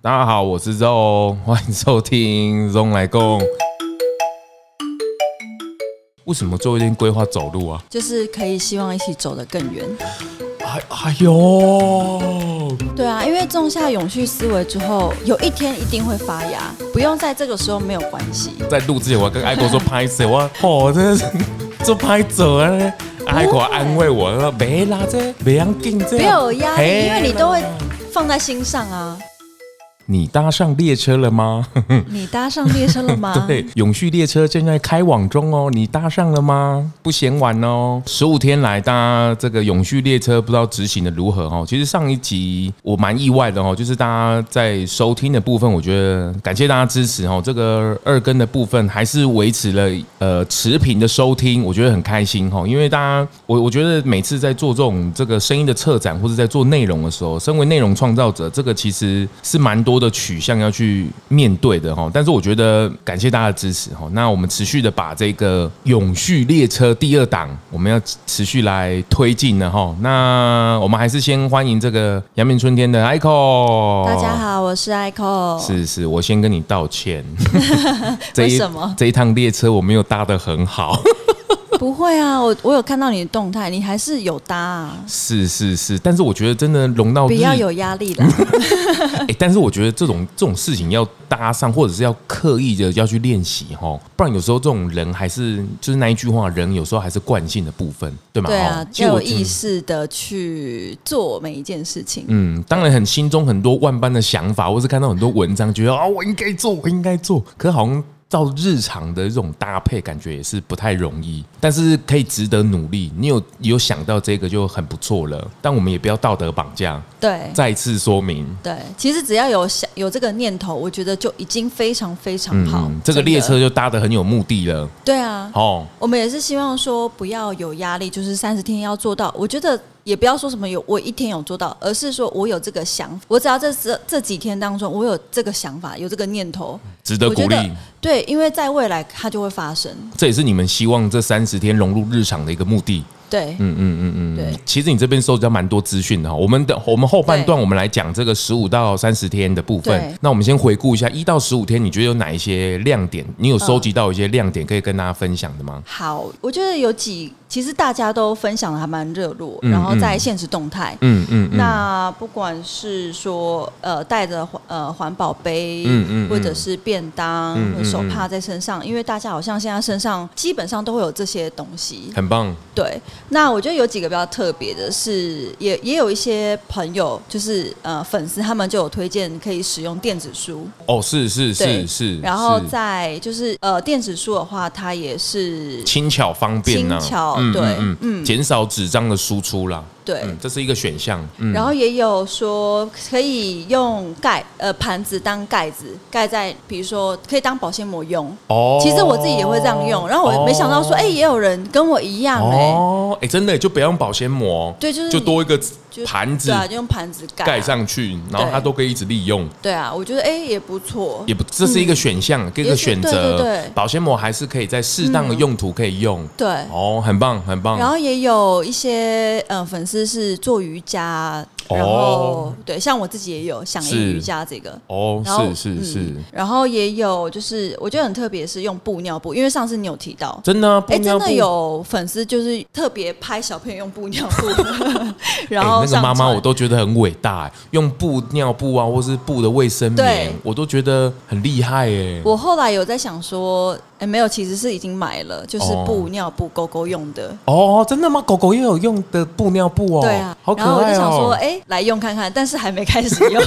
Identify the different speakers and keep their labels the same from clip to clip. Speaker 1: 大家好，我是肉，欢迎收听《肉来共》。为什么做一天规划走路啊？
Speaker 2: 就是可以希望一起走得更远。
Speaker 1: 哎哎呦，
Speaker 2: 对啊，因为种下永续思维之后，有一天一定会发芽，不用在这个时候没有关系。
Speaker 1: 在录之前我还跟艾国说拍谁， 我哦，真的是做拍走啊！艾国安慰我说没啦，这没要紧，这
Speaker 2: 没有压力，
Speaker 1: 嘿
Speaker 2: 因为你都会放在心上啊。
Speaker 1: 你搭上列车了吗？
Speaker 2: 你搭上列车了吗？
Speaker 1: 嗯 对，永续列车正在开往中哦，你搭上了吗？不嫌晚哦。十五天来搭这个永续列车，不知道执行的如何哦。其实上一集我蛮意外的哦，就是大家在收听的部分，我觉得感谢大家支持哦。这个二更的部分还是维持了呃持平的收听，我觉得很开心哦，因为大家我我觉得每次在做这种这个声音的策展或者在做内容的时候，身为内容创造者，这个其实是蛮多的取向要去面对的哈。但是我觉得感谢大家的支持哈。那我们持续的把这个永续列车第二档，我们要持续来推进了哈。那我们还是先欢迎这个阳明春天的 Ico。
Speaker 2: 大家。好，我是 Ico。
Speaker 1: 哦是是，我先跟你道 歉。 这一
Speaker 2: 为什么
Speaker 1: 这一趟列车我没有搭的很好。
Speaker 2: 不会啊，我我有看到你的动态，你还是有搭啊，
Speaker 1: 是是是，但是我觉得哦真的融到
Speaker 2: 不要
Speaker 1: 日
Speaker 2: 有压力啦。
Speaker 1: 哎、但是我觉得这种这种事情要搭上，或者是要刻意的要去练习哈，不然有时候这种人还是就是那一句话，人有时候还是惯性的部分，对吗？
Speaker 2: 对啊
Speaker 1: 齁，其实
Speaker 2: 要有
Speaker 1: 我觉
Speaker 2: 意
Speaker 1: 得
Speaker 2: 识的去做每一件事情。
Speaker 1: 嗯，当然很心中很多万般的想法，或是看到很多文章，觉得啊、我应该做，我应该做，可好像照日常的这种搭配，感觉也是不太容易，但是可以值得努力。你有有想到这个就很不错了，但我们也不要道德绑架。
Speaker 2: 对
Speaker 1: 再次说明，
Speaker 2: 对，其实只要有想有这个念头，我觉得就已经非常非常好。
Speaker 1: 嗯，这个
Speaker 2: 真的
Speaker 1: 列车就搭得很有目的了，
Speaker 2: 对啊，
Speaker 1: 哦。
Speaker 2: 我们也是希望说不要有压力，就是三十天要做到。我觉得也不要说什么有我一天有做到，而是说我有这个想法，我只要这这这几天当中我有这个想法，有这个念头，
Speaker 1: 值得
Speaker 2: 我
Speaker 1: 鼓
Speaker 2: 觉得
Speaker 1: 励。
Speaker 2: 对，因为在未来它就会发生。
Speaker 1: 这也是你们希望这三十天融入日常的一个目的。
Speaker 2: 对，嗯嗯嗯嗯，对。
Speaker 1: 其实你这边收集到蛮多资讯的哈。我们的我们后半段我们来讲这个十五到三十天的部分
Speaker 2: 对。
Speaker 1: 那我们先回顾一下一到十五天，你觉得有哪一些亮点？你有收集到一些亮点可以跟大家分享的吗？
Speaker 2: 好，我觉得有几，其实大家都分享的还蛮热络，然后在现实动态，
Speaker 1: 嗯嗯嗯，
Speaker 2: 那不管是说呃带着环呃环保杯，
Speaker 1: 嗯嗯嗯
Speaker 2: 或者是便当、
Speaker 1: 嗯嗯
Speaker 2: 或者手帕在身上，因为大家好像现在身上基本上都会有这些东西。
Speaker 1: 很棒。
Speaker 2: 对，那我觉得有几个比较特别的是，也也有一些朋友就是呃粉丝他们就有推荐可以使用电子书，
Speaker 1: 哦，是是
Speaker 2: 对
Speaker 1: 是是。
Speaker 2: 然后
Speaker 1: 是
Speaker 2: 在就是呃电子书的话，它也是
Speaker 1: 轻巧方便呢、
Speaker 2: 轻巧
Speaker 1: 嗯
Speaker 2: 对
Speaker 1: 嗯嗯，减少纸张的输出啦。
Speaker 2: 对。
Speaker 1: 嗯，这是一个选项。嗯，
Speaker 2: 然后也有说可以用盖呃盘子当盖子，盖在比如说可以当保鲜膜用。
Speaker 1: 哦
Speaker 2: 其实我自己也会这样用，然后我没想到说，
Speaker 1: 哦
Speaker 2: 哎、也有人跟我一样哎、
Speaker 1: 哦，哎、真的就不要用保鲜膜，哦
Speaker 2: 对就是
Speaker 1: 就多一个
Speaker 2: 就
Speaker 1: 盘子
Speaker 2: 对啊，就用盘子盖啊
Speaker 1: 盖。上去，然后它都可以一直利用，
Speaker 2: 对啊，我觉得哎、也不错
Speaker 1: 也。不这是一个选项，啊一个选
Speaker 2: 嗯对对
Speaker 1: 择
Speaker 2: 对。
Speaker 1: 保鲜膜还是可以在适当的用途可以用，
Speaker 2: 对，
Speaker 1: 哦，很棒很
Speaker 2: 嗯然
Speaker 1: 棒。
Speaker 2: 后也有一些呃粉丝是做瑜伽，
Speaker 1: 哦
Speaker 2: 然后对，像我自己也有响
Speaker 1: 是
Speaker 2: 应瑜伽这个。
Speaker 1: 哦，
Speaker 2: 然后
Speaker 1: 是是是
Speaker 2: 嗯，然后也有就是我觉得很特别是用布尿布，因为上次你有提到，
Speaker 1: 真的啊
Speaker 2: 哎、
Speaker 1: 布
Speaker 2: 真
Speaker 1: 尿布
Speaker 2: 的。有粉丝就是特别拍小朋友用布尿布， 然
Speaker 1: 哎
Speaker 2: 后、
Speaker 1: 那个妈妈我。都觉得很伟大，哎用布尿布啊，或是布的卫生棉
Speaker 2: 对，
Speaker 1: 我都觉得很厉害哎。
Speaker 2: 我后来有在想说，哎、没有，其实是已经买了，就是
Speaker 1: 哦
Speaker 2: 布尿布狗狗用的。
Speaker 1: 哦，真的吗？狗狗也有用的布尿布哦，
Speaker 2: 对啊，
Speaker 1: 好可
Speaker 2: 然后我
Speaker 1: 爱
Speaker 2: 就想说，
Speaker 1: 哦。
Speaker 2: 哎、来用看看，但是还没开始 用。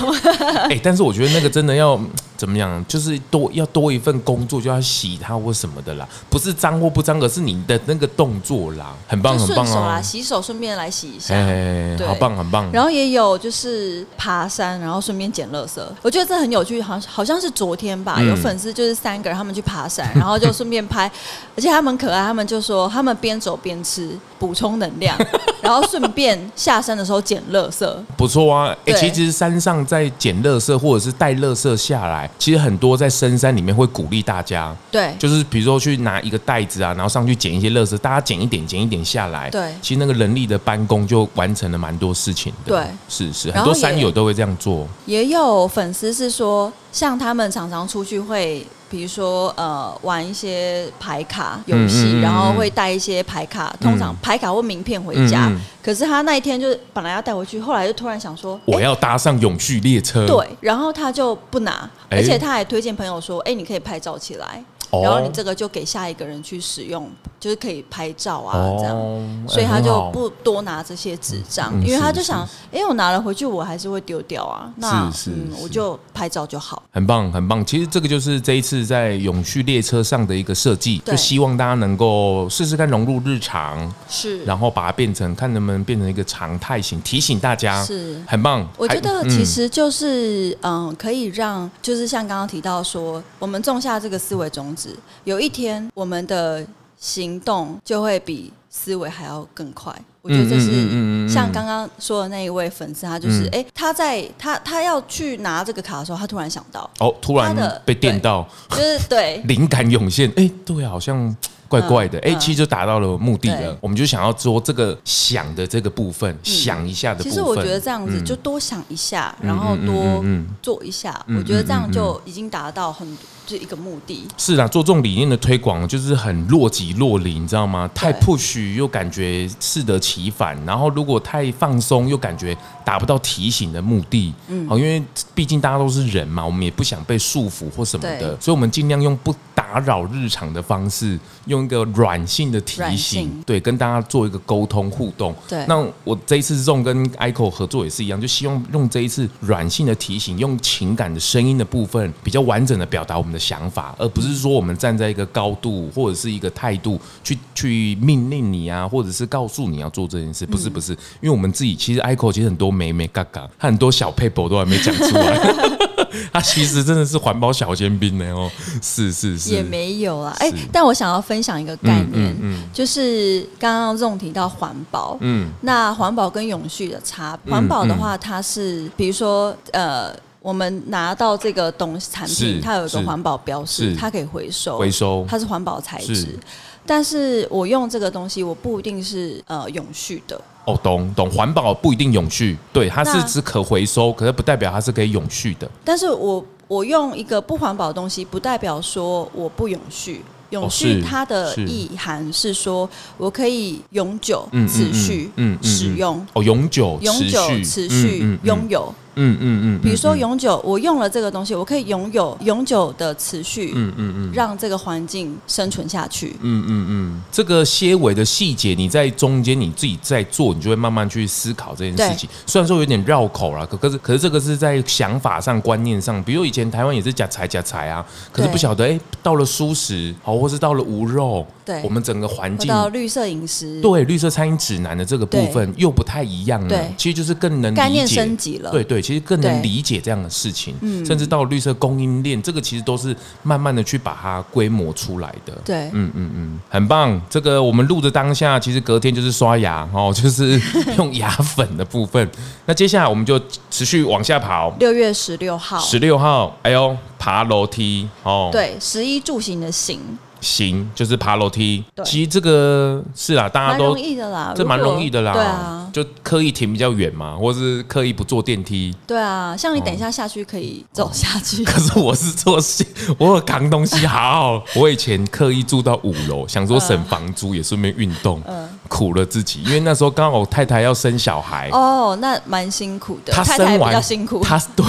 Speaker 1: 哎、但是我觉得那个真的要怎么样，就是多要多一份工作，就要洗它或什么的啦，不是脏或不脏，而是你的那个动作啦，很棒，
Speaker 2: 就
Speaker 1: 很
Speaker 2: 顺
Speaker 1: 棒
Speaker 2: 手啦，
Speaker 1: 哦。
Speaker 2: 洗手顺便来洗一下。
Speaker 1: 哎，
Speaker 2: 对
Speaker 1: 好棒，很棒。
Speaker 2: 然后也有就是爬山，然后顺便捡垃圾。我觉得这很有趣，好像好像是昨天吧，
Speaker 1: 嗯
Speaker 2: 有粉丝就是三个人他们去爬 山，然后就顺便拍，而且他们可爱，他们就说他们边走边吃，补充能 量，然后顺便下山的时候捡垃圾。
Speaker 1: 不错啊，哎、
Speaker 2: 对
Speaker 1: 其实山上在捡垃圾或者是带垃圾下来来，其实很多在深山里面会鼓励大家，
Speaker 2: 对
Speaker 1: 就是比如说去拿一个袋子啊，然后上去捡一些垃圾，大家捡一点，捡一点下来。
Speaker 2: 对
Speaker 1: 其实那个人力的搬工就完成了蛮多事情的。
Speaker 2: 对
Speaker 1: 是是，
Speaker 2: 然
Speaker 1: 很
Speaker 2: 后
Speaker 1: 多山
Speaker 2: 也
Speaker 1: 友都会这样做。
Speaker 2: 也有粉丝是说，像他们常常出去会，比如说呃玩一些牌卡游戏，
Speaker 1: 嗯嗯嗯嗯嗯
Speaker 2: 然后会带一些牌卡，通常牌卡或名片回家。
Speaker 1: 嗯嗯
Speaker 2: 可是他那一天就是本来要带回去，后来就突然想说，
Speaker 1: 我
Speaker 2: 诶
Speaker 1: 要搭上永续列车。
Speaker 2: 对，然后他就不拿，
Speaker 1: 嗯哎
Speaker 2: 而且他还推荐朋友说，哎、你可以拍照起来，
Speaker 1: 哦，
Speaker 2: 然后你这个就给下一个人去使用，就是可以拍照啊、
Speaker 1: 哦
Speaker 2: 这样。
Speaker 1: 哎
Speaker 2: 所以他
Speaker 1: 很
Speaker 2: 就
Speaker 1: 好
Speaker 2: 不多拿这些纸张，
Speaker 1: 嗯嗯
Speaker 2: 因为他就是想，哎、我拿了回去，我还是会丢掉啊。那
Speaker 1: 是是
Speaker 2: 嗯，
Speaker 1: 是
Speaker 2: 我就拍照就好。
Speaker 1: 很棒，很棒。其实这个就是这一次在永续列车上的一个设计，
Speaker 2: 对
Speaker 1: 就希望大家能够试试看融入日常，
Speaker 2: 是，
Speaker 1: 然后把它变成看能不能变成一个常态型，提醒大家
Speaker 2: 是
Speaker 1: 很棒。
Speaker 2: 我觉得
Speaker 1: 还嗯
Speaker 2: 其、实就是嗯可以让就是像刚刚提到说，我们种下这个思维种子，有一天我们的行动就会比思维还要更快。我觉得这
Speaker 1: 嗯嗯嗯嗯嗯
Speaker 2: 是
Speaker 1: 嗯
Speaker 2: 像刚刚说的那一位粉丝，他就是
Speaker 1: 嗯
Speaker 2: 哎、他在他他要去拿这个卡的时候，他突然想到，
Speaker 1: 嗯、哦，突然
Speaker 2: 他的
Speaker 1: 被电到，
Speaker 2: 就是 对
Speaker 1: 灵感涌现，哎、对啊，好像。怪怪的，哎、
Speaker 2: 嗯
Speaker 1: 其实就达到了目的了
Speaker 2: 对。嗯
Speaker 1: 我们就想要做这个想的这个部分，想一下的部
Speaker 2: 其
Speaker 1: 分。嗯
Speaker 2: 实我觉得这样子就多想一下，然后多做一下，
Speaker 1: 嗯
Speaker 2: 我觉得这样就已经达到很就一个目的。
Speaker 1: 是啊，做这种理念的推广就是很若即若离，你知道吗？太
Speaker 2: 对
Speaker 1: push 又感觉适得其反，然后如果太放松又感觉达不到提醒的目的。嗯，好，因为毕竟大家都是人嘛，我们也不想被束缚或什么的
Speaker 2: 对，
Speaker 1: 所以我们尽量用不打扰日常的方式，用一个软性的提
Speaker 2: 软
Speaker 1: 醒
Speaker 2: 性，
Speaker 1: 对，跟大家做一个沟通互动。
Speaker 2: 对
Speaker 1: 那我这一次这种跟 ICO 合作也是一样，就希望用这一次软性的提醒，用情感的声音的部分，比较完整的表达我们的想法，而不是说我们站在一个高度或者是一个态度去去命令你啊，或者是告诉你要做这件事，
Speaker 2: 嗯
Speaker 1: 不是不是，因为我们自己其实 ICO 其实很多美美嘎嘎，他很多小 paper 都还没讲出 来。他其实真的是环保小尖兵呢哦，是是是，
Speaker 2: 也没有啦，哎、
Speaker 1: 是
Speaker 2: 但我想要分享一个概念，
Speaker 1: 嗯
Speaker 2: 就是刚刚仲提到环保，
Speaker 1: 嗯
Speaker 2: 那环保跟永续的差，环保的话，它是比如说呃。我们拿到这个东西产
Speaker 1: 是
Speaker 2: 品，它有一个
Speaker 1: 是
Speaker 2: 环保标识
Speaker 1: 是，
Speaker 2: 它可以回收，
Speaker 1: 回收
Speaker 2: 它是环保材质
Speaker 1: 是。
Speaker 2: 但是我用这个东西，我不一定是呃永续的，
Speaker 1: 哦，懂懂，环保不一定永续，对，它是
Speaker 2: 那
Speaker 1: 只可回收，可是不代表它是可以永续的。
Speaker 2: 但是我我用一个不环保的东西，不代表说我不永续。永
Speaker 1: 哦是
Speaker 2: 续它的
Speaker 1: 是
Speaker 2: 意涵是说我可以永久
Speaker 1: 嗯嗯、
Speaker 2: 持续
Speaker 1: 嗯嗯嗯
Speaker 2: 使用。
Speaker 1: 哦，永久、
Speaker 2: 永久持续拥
Speaker 1: 嗯
Speaker 2: 有，
Speaker 1: 嗯嗯嗯嗯，
Speaker 2: 比如说
Speaker 1: 嗯，
Speaker 2: 永久，我用了这个东西，我可以拥有永久的持续，
Speaker 1: 嗯嗯嗯
Speaker 2: 让这个环境生存下去。
Speaker 1: 嗯嗯嗯，这个些微的细节，你在中间你自己在做，你就会慢慢去思考这件事情。虽然说有点绕口啦，可可是可是这个是在想法上、观念上，比如以前台湾也是夹财夹财啊，可是
Speaker 2: 对
Speaker 1: 不晓得哎、到了素食哦，或是到了无肉，
Speaker 2: 对
Speaker 1: 我们整个环
Speaker 2: 回
Speaker 1: 境
Speaker 2: 到绿色饮食，
Speaker 1: 嗯对绿色餐饮指南的这个部分又不太一样了
Speaker 2: 对，
Speaker 1: 其实就是更能理解
Speaker 2: 概念升级了
Speaker 1: 对对，其实更能
Speaker 2: 对嗯
Speaker 1: 理解这样的事情，甚至到绿色供应链，这个其实都是慢慢的去把它规模出来的。
Speaker 2: 对
Speaker 1: 嗯嗯嗯，很棒。这个我们录的当下，其实隔天就是刷牙哦，就是用牙粉的部分。 那接下来我们就持续往下跑，
Speaker 2: 六月十六号，
Speaker 1: 十六号，哎呦，爬楼梯哦，
Speaker 2: 对十一住行的行，
Speaker 1: 行，就是爬楼梯。
Speaker 2: 对
Speaker 1: 其实这个是啊，大家
Speaker 2: 蛮
Speaker 1: 都
Speaker 2: 容易的啦，
Speaker 1: 这蛮
Speaker 2: 如果
Speaker 1: 容易的啦，
Speaker 2: 对啊，
Speaker 1: 就刻意停比较远嘛，或是刻意不坐电梯。
Speaker 2: 对啊，像你等一下下去可以走下去，
Speaker 1: 可是我是做事，我有扛东西，好，我以前刻意住到五楼，想说省房租也顺便运动，
Speaker 2: 嗯
Speaker 1: 苦了自己，因为那时候刚好我太太要生小孩，
Speaker 2: 哦，那蛮辛苦的，
Speaker 1: 她
Speaker 2: 太
Speaker 1: 生
Speaker 2: 太比
Speaker 1: 完
Speaker 2: 较辛苦。
Speaker 1: 她对。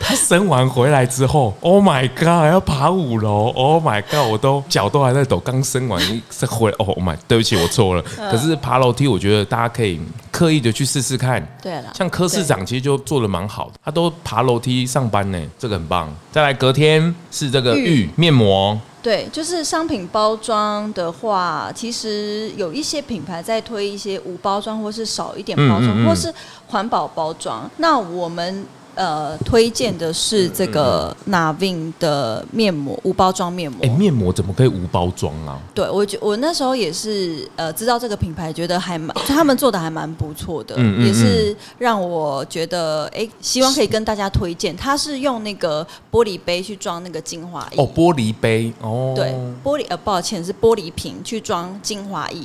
Speaker 1: 她生完回来之后，Oh my god，要爬五楼，Oh my god，我都脚都还在抖。刚生完一生回来，Oh my，对不起，我错了。
Speaker 2: 嗯
Speaker 1: 可是爬楼梯，我觉得大家可以刻意的去试试看，
Speaker 2: 对了，
Speaker 1: 像柯市长其实就做的蛮好的，他都爬楼梯上班呢，这个很棒。再来隔天是这个
Speaker 2: 玉
Speaker 1: 玉面膜，
Speaker 2: 对，对就是商品包装的话，其实有一些品牌在推一些无包装，或是少一点包装，
Speaker 1: 嗯嗯嗯
Speaker 2: 或是环保包装。那我们。呃推荐的是这个 Navin 的面膜，无包装面膜。
Speaker 1: 哎，面膜怎么可以无包装啊？
Speaker 2: 对我觉我那时候也是呃知道这个品牌，觉得还蛮就他们做的还蛮不错的，
Speaker 1: 嗯嗯嗯
Speaker 2: 也是让我觉得哎、诶希望可以跟大家推荐。它是用那个玻璃杯去装那个精华液。
Speaker 1: 哦，玻璃杯哦，
Speaker 2: 哎对，玻璃呃，抱歉是玻璃瓶去装精华液，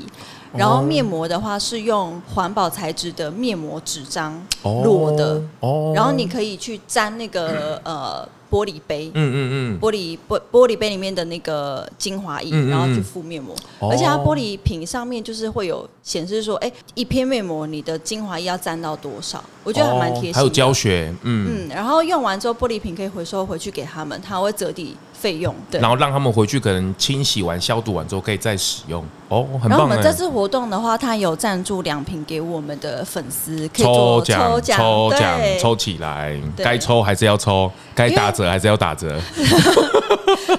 Speaker 2: 然
Speaker 1: 哦
Speaker 2: 后面膜的话是用环保材质的面膜纸张
Speaker 1: 哦
Speaker 2: 裸的，
Speaker 1: 哦
Speaker 2: 然后你可以去沾那个呃玻璃杯，
Speaker 1: 嗯嗯嗯，
Speaker 2: 玻璃玻玻璃杯里面的那个精华液
Speaker 1: 嗯嗯嗯，
Speaker 2: 然后去敷面膜，
Speaker 1: 哦
Speaker 2: 而且它玻璃瓶上面就是会有显示说，哎，一片面膜你的精华液要沾到多少，我
Speaker 1: 我
Speaker 2: 觉得还蛮贴心。
Speaker 1: 哦还有教。学，嗯，
Speaker 2: 嗯，然后用完之后，玻璃瓶可以回收回去给他们，他会折抵费用。对，
Speaker 1: 然后让他们回去可能清洗完、消毒完之后可以再使用，哦，很
Speaker 2: 然后
Speaker 1: 棒
Speaker 2: 我们
Speaker 1: 哎
Speaker 2: 这。次活动的话，它有赞助两瓶给我们的粉丝，可以
Speaker 1: 抽
Speaker 2: 做
Speaker 1: 奖，
Speaker 2: 抽奖，
Speaker 1: 抽奖，
Speaker 2: 对，
Speaker 1: 抽起来，
Speaker 2: 对
Speaker 1: 该抽还是要抽，该打折还是要打折，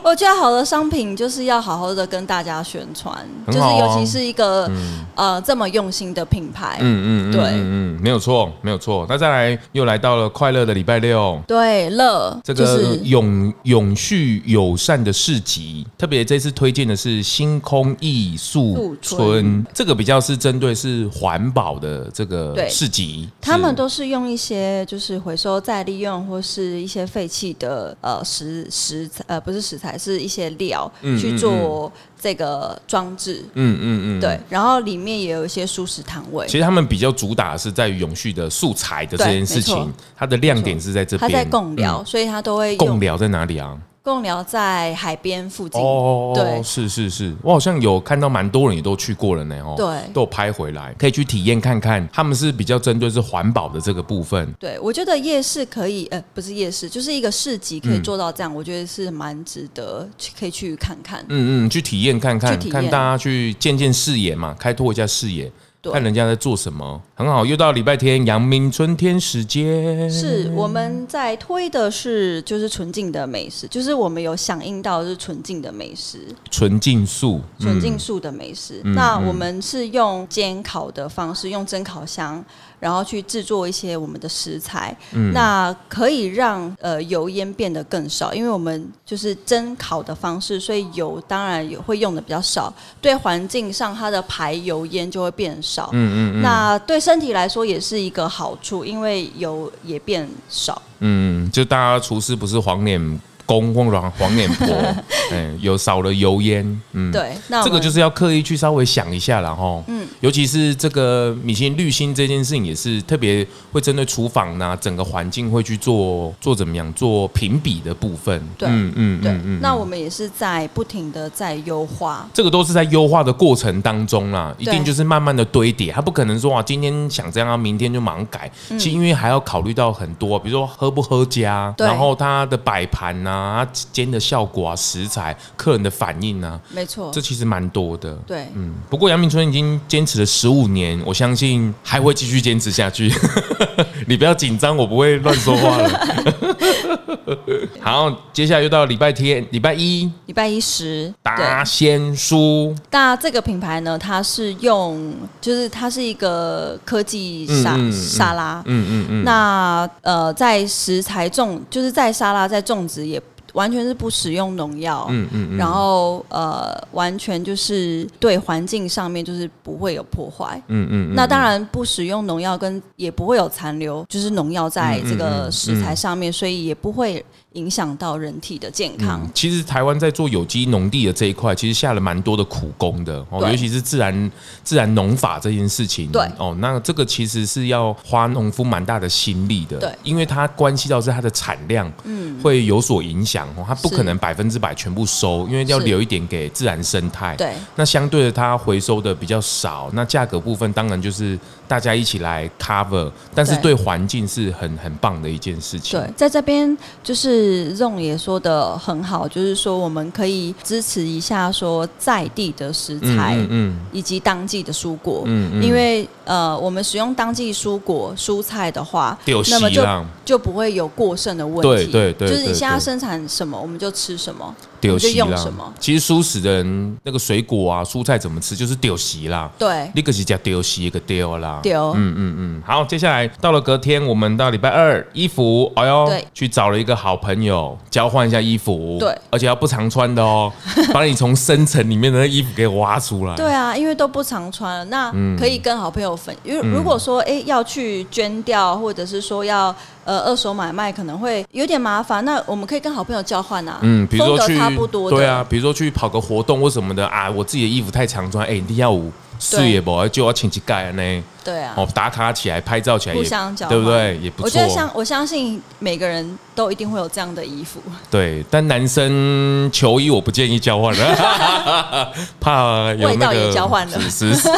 Speaker 2: 我觉得好的商品就是要好好的跟大家宣传，
Speaker 1: 很
Speaker 2: 就是
Speaker 1: 好啊嗯
Speaker 2: 尤其是一个、呃这么用心的品牌，
Speaker 1: 嗯嗯嗯，
Speaker 2: 对
Speaker 1: 嗯嗯，没有错，没有错。那再来又来到了快乐的礼拜六，
Speaker 2: 对，乐
Speaker 1: 这
Speaker 2: 就
Speaker 1: 个呃
Speaker 2: 是
Speaker 1: 永永续友善的市集，特别这次推荐的是星空艺术
Speaker 2: 树
Speaker 1: 村
Speaker 2: 村，
Speaker 1: 这个比较是针对是环保的这个
Speaker 2: 对
Speaker 1: 市集，
Speaker 2: 他们
Speaker 1: 是
Speaker 2: 都是用一些就是回收再利用或是一些废弃的呃食食材呃不是食材是一些料、
Speaker 1: 嗯
Speaker 2: 去做这个装置，
Speaker 1: 嗯嗯嗯，
Speaker 2: 对，。然后里面也有一些素食摊位
Speaker 1: 其。实他们比较主打是在于永续的素材的这件事
Speaker 2: 对没
Speaker 1: 情
Speaker 2: 错，
Speaker 1: 它的亮点是在这边。
Speaker 2: 他在贡寮，
Speaker 1: 嗯，
Speaker 2: 所以他都会
Speaker 1: 贡
Speaker 2: 用
Speaker 1: 寮在哪里啊？
Speaker 2: 贡寮在海边附近，
Speaker 1: 哦，
Speaker 2: 对
Speaker 1: 是是是，我好像有看到蛮多人也都去过了呢，哦，
Speaker 2: 对
Speaker 1: 都有拍回来，可以去体验看看。他们是比较针对是环保的这个部分，
Speaker 2: 对，我觉得夜市可以，呃，不是夜市，就是一个市集
Speaker 1: 嗯
Speaker 2: 可以做到这样，我觉得是蛮值得去可以去看看。
Speaker 1: 嗯嗯，去体验看看
Speaker 2: 去，体验
Speaker 1: 看大家去见见视野嘛，开拓一下视野，
Speaker 2: 对
Speaker 1: 看人家在做什么，很好。又到礼拜天，阳明春天时间，
Speaker 2: 是我们在推的是就是纯净的美食，就是我们有响应到就是纯净的美食，
Speaker 1: 纯净素，嗯
Speaker 2: 纯净素的美食。那我们是用煎烤的方式，用蒸烤箱，然后去制作一些我们的食材，那可以让呃油烟变得更少，因为我们就是蒸烤的方式，所以油当然也会用的比较少，对环境上它的排油烟就会变少。嗯嗯那对身体来说也是一个好处，因为油也变少。
Speaker 1: 嗯，就大家厨师不是黄脸公或黄黄脸 婆，哎，有少了油烟，嗯，
Speaker 2: 对，那我
Speaker 1: 这个
Speaker 2: 们
Speaker 1: 就是要刻意去稍微想一下然后嗯，尤其是这个米其林滤芯这件事情，也是特别会针对厨房呐、整个环境会去做做怎么样做评比的部分，
Speaker 2: 对
Speaker 1: 嗯嗯
Speaker 2: 对。那我们也是在不停的在优化。
Speaker 1: 这个都是在优化的过程当中啦，一
Speaker 2: 对
Speaker 1: 定就是慢慢的堆叠，它不可能说啊，今天想这样，啊明天就马上改。
Speaker 2: 嗯
Speaker 1: 其实因为还要考虑到很多，比如说喝不喝家，
Speaker 2: 对
Speaker 1: 然后它的摆盘啊呐、它煎的效果啊、食材、客人的反应啊，
Speaker 2: 没错
Speaker 1: 这，其实蛮多的。
Speaker 2: 对，
Speaker 1: 嗯，不过杨明春已经坚持了十五年，我相信还会继续坚持下去。 你不要紧张，我不会乱说话了。 好，接下来又到礼拜天，礼拜一
Speaker 2: 礼拜一十对。
Speaker 1: 达仙书。
Speaker 2: 那这个品牌呢，它是用，就是它是一个科技沙、
Speaker 1: 嗯嗯嗯
Speaker 2: 沙拉。
Speaker 1: 嗯嗯嗯，
Speaker 2: 那呃，在食材种，就是在沙拉在种植也完全是不使用农药。
Speaker 1: 嗯嗯嗯，
Speaker 2: 然后呃，完全就是对环境上面就是不会有破坏。
Speaker 1: 嗯嗯嗯，
Speaker 2: 那当然不使用农药，跟也不会有残留，就是农药在这
Speaker 1: 嗯
Speaker 2: 个食材上面，所以也不会影响到人体的健康。
Speaker 1: 嗯其实台湾在做有机农地的这一块，其实下了蛮多的苦功的哦，
Speaker 2: 对
Speaker 1: 尤其是自然自然农法这件事情，
Speaker 2: 对
Speaker 1: 哦，那这个其实是要花农夫蛮大的心力的，
Speaker 2: 对
Speaker 1: 因为它关系到是它的产量，嗯，会有所影响哦，它不可能百分之百全部收，因为要
Speaker 2: 是
Speaker 1: 留一点给自然生态，
Speaker 2: 对
Speaker 1: 那相对的，它回收的比较少，那价格部分当然就是大家一起来 cover，但是对
Speaker 2: 对
Speaker 1: 环境是很很棒的一件事情，
Speaker 2: 对，在这边就是 Zong 也说的很好，就是说我们可以支持一下说在地的食
Speaker 1: 嗯，
Speaker 2: 材。
Speaker 1: 嗯嗯
Speaker 2: 以及当季的蔬果，
Speaker 1: 嗯嗯
Speaker 2: 因为呃，我们使用当季蔬果蔬菜的话，
Speaker 1: 丢
Speaker 2: 那么
Speaker 1: 席
Speaker 2: 就
Speaker 1: 啦，
Speaker 2: 就不会有过剩的问
Speaker 1: 对
Speaker 2: 题。
Speaker 1: 对对
Speaker 2: 就是你
Speaker 1: 对
Speaker 2: 现在
Speaker 1: 对
Speaker 2: 生产什么，我们就吃什么。
Speaker 1: 丢
Speaker 2: 你就
Speaker 1: 席
Speaker 2: 用
Speaker 1: 啦
Speaker 2: 什么。
Speaker 1: 其实素食的人，那个水果啊、蔬菜怎么吃，就是丢席啦。
Speaker 2: 对，
Speaker 1: 你可是叫丢席一个丢啦。
Speaker 2: 丢、
Speaker 1: 嗯，好，接下来到了隔天，我们到礼拜二，衣服，哎呦
Speaker 2: 对，
Speaker 1: 去找了一个好朋友交换一下衣服，
Speaker 2: 对
Speaker 1: 而且要不常穿的 哦，把你从深层里面的那衣服给挖出来，
Speaker 2: 对啊，因为都不常穿了，那
Speaker 1: 嗯
Speaker 2: 可以跟好朋友分。因为如果说哎、诶要去捐掉，或者是说要呃二手买卖，可能会有点麻烦。那我们可以跟好朋友交换啊，
Speaker 1: 嗯，比如
Speaker 2: 风
Speaker 1: 说
Speaker 2: 格
Speaker 1: 去
Speaker 2: 差不多的，
Speaker 1: 对啊，比如说去跑个活动或什么的啊，我自己的衣服太常穿，哎、你你要我睡也不，就要请乞丐呢，
Speaker 2: 对啊
Speaker 1: 哦，打卡起来，拍照起来也，
Speaker 2: 互相交换
Speaker 1: 对不对？也不
Speaker 2: 我觉得像
Speaker 1: 错，
Speaker 2: 我相信每个人都一定会有这样的衣服，
Speaker 1: 对。但男生球衣我不建议交换了， 怕有
Speaker 2: 味
Speaker 1: 那
Speaker 2: 道
Speaker 1: 个
Speaker 2: 也交换了
Speaker 1: 是是是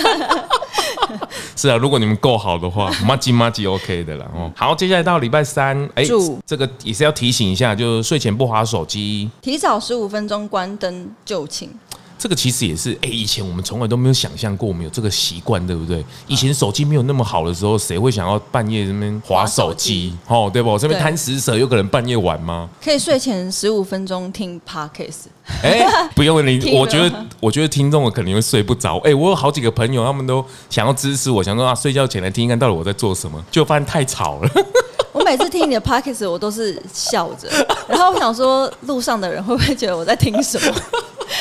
Speaker 1: 是啊，如果你们够好的话，麻吉麻吉 OK 的啦。哦，好，接下来到礼拜三，哎、
Speaker 2: 嗯住
Speaker 1: 这个也是要提醒一下，就是睡前不划手机，
Speaker 2: 提早十五分钟关灯就寝。
Speaker 1: 这个其实也是，哎、以前我们从来都没有想象过我们有这个习惯，对不
Speaker 2: 啊
Speaker 1: 对？以前手机没有那么好的时候，谁会想要半夜那边划手机？哦，对吧？我这边
Speaker 2: 对
Speaker 1: 贪食蛇有可能半夜玩吗？
Speaker 2: 可以睡前十五分钟听 podcast，
Speaker 1: 哎、不用
Speaker 2: 听
Speaker 1: 你，
Speaker 2: 了
Speaker 1: 我觉得，我觉得听众肯定会睡不着。哎、我有好几个朋友，他们都想要支持我，想说啊，睡觉前来听听看到底我在做什么，就发现太吵了。
Speaker 2: 我每次听你的 podcast 我都是笑着，然后我想说路上的人会不会觉得我在听什么？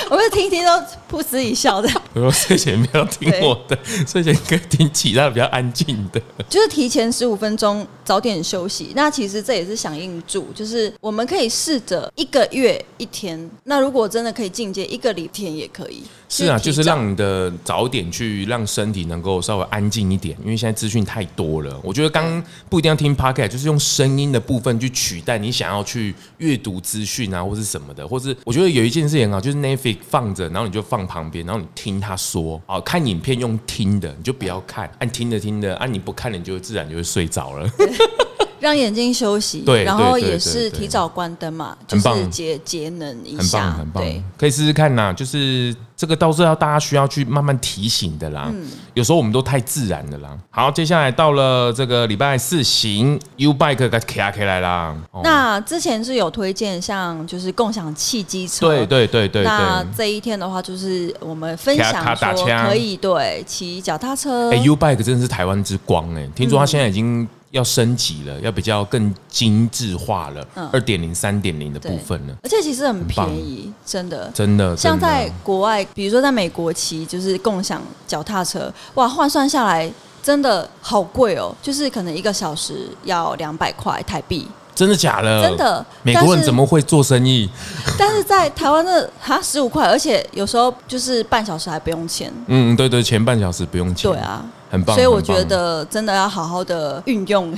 Speaker 2: 我会听一听都噗嗤一笑的，
Speaker 1: 我说睡前不要听我的，睡前可以听其他比较安静的。
Speaker 2: 就是提前十五分钟早点休息。那其实这也是响应住，就是我们可以试着一个月一天，那如果真的可以进阶一个礼天也可以。
Speaker 1: 是啊，就是
Speaker 2: 提早
Speaker 1: 让你的早点去让身体能够稍微安静一点，因为现在资讯太多了。我觉得刚不一定要听 podcast，就是用声音的部分去取代你想要去阅读资讯啊，或是什么的，或是我觉得有一件事情啊，就是 Netflix 放着，然后你就放旁边，然后你听他说，啊，看影片用听的，你就不要看，按、听着听着，啊，你不看了你就自然就会睡着了。
Speaker 2: 让眼睛休息，
Speaker 1: 对
Speaker 2: 然后
Speaker 1: 对对
Speaker 2: 也
Speaker 1: 对
Speaker 2: 是
Speaker 1: 对
Speaker 2: 提早关灯嘛，就
Speaker 1: 很棒
Speaker 2: 是节节能一
Speaker 1: 很
Speaker 2: 下，
Speaker 1: 棒，很棒
Speaker 2: 对，
Speaker 1: 可以试试看呐。就是这个到是要大家需要去慢慢提醒的啦。
Speaker 2: 嗯
Speaker 1: 有时候我们都太自然了啦。好，接下来到了这个礼拜四行 U Bike 给卡起来啦。哦
Speaker 2: 那之前是有推荐像就是共享汽机车，
Speaker 1: 对对对对
Speaker 2: 那
Speaker 1: 对。
Speaker 2: 这一天的话，就是我们分
Speaker 1: 骑脚踏
Speaker 2: 享
Speaker 1: 打
Speaker 2: 说
Speaker 1: 枪
Speaker 2: 可以对骑脚踏车
Speaker 1: 哎、，u Bike 真的是台湾之光哎、听说它现在已经要升级了，要比较更精致化了，
Speaker 2: 嗯
Speaker 1: 二点零、三点零的部分了。
Speaker 2: 而且其实很
Speaker 1: 棒
Speaker 2: 便宜，真的。
Speaker 1: 真的，
Speaker 2: 像
Speaker 1: 真的
Speaker 2: 在国外，比如说在美国骑就是共享脚踏车，哇，换算下来真的好贵哦，就是可能一个小时要两百块台币，
Speaker 1: 真的假的？
Speaker 2: 真的。
Speaker 1: 美
Speaker 2: 但
Speaker 1: 国
Speaker 2: 是
Speaker 1: 人怎么会做生意？
Speaker 2: 但是在台湾的哈十五块，而且有时候就是半小时还不用钱，
Speaker 1: 嗯，对对，前半小时不用钱，
Speaker 2: 对，啊。
Speaker 1: 很棒。
Speaker 2: 所以我
Speaker 1: 很棒
Speaker 2: 觉得真的要好好的运用、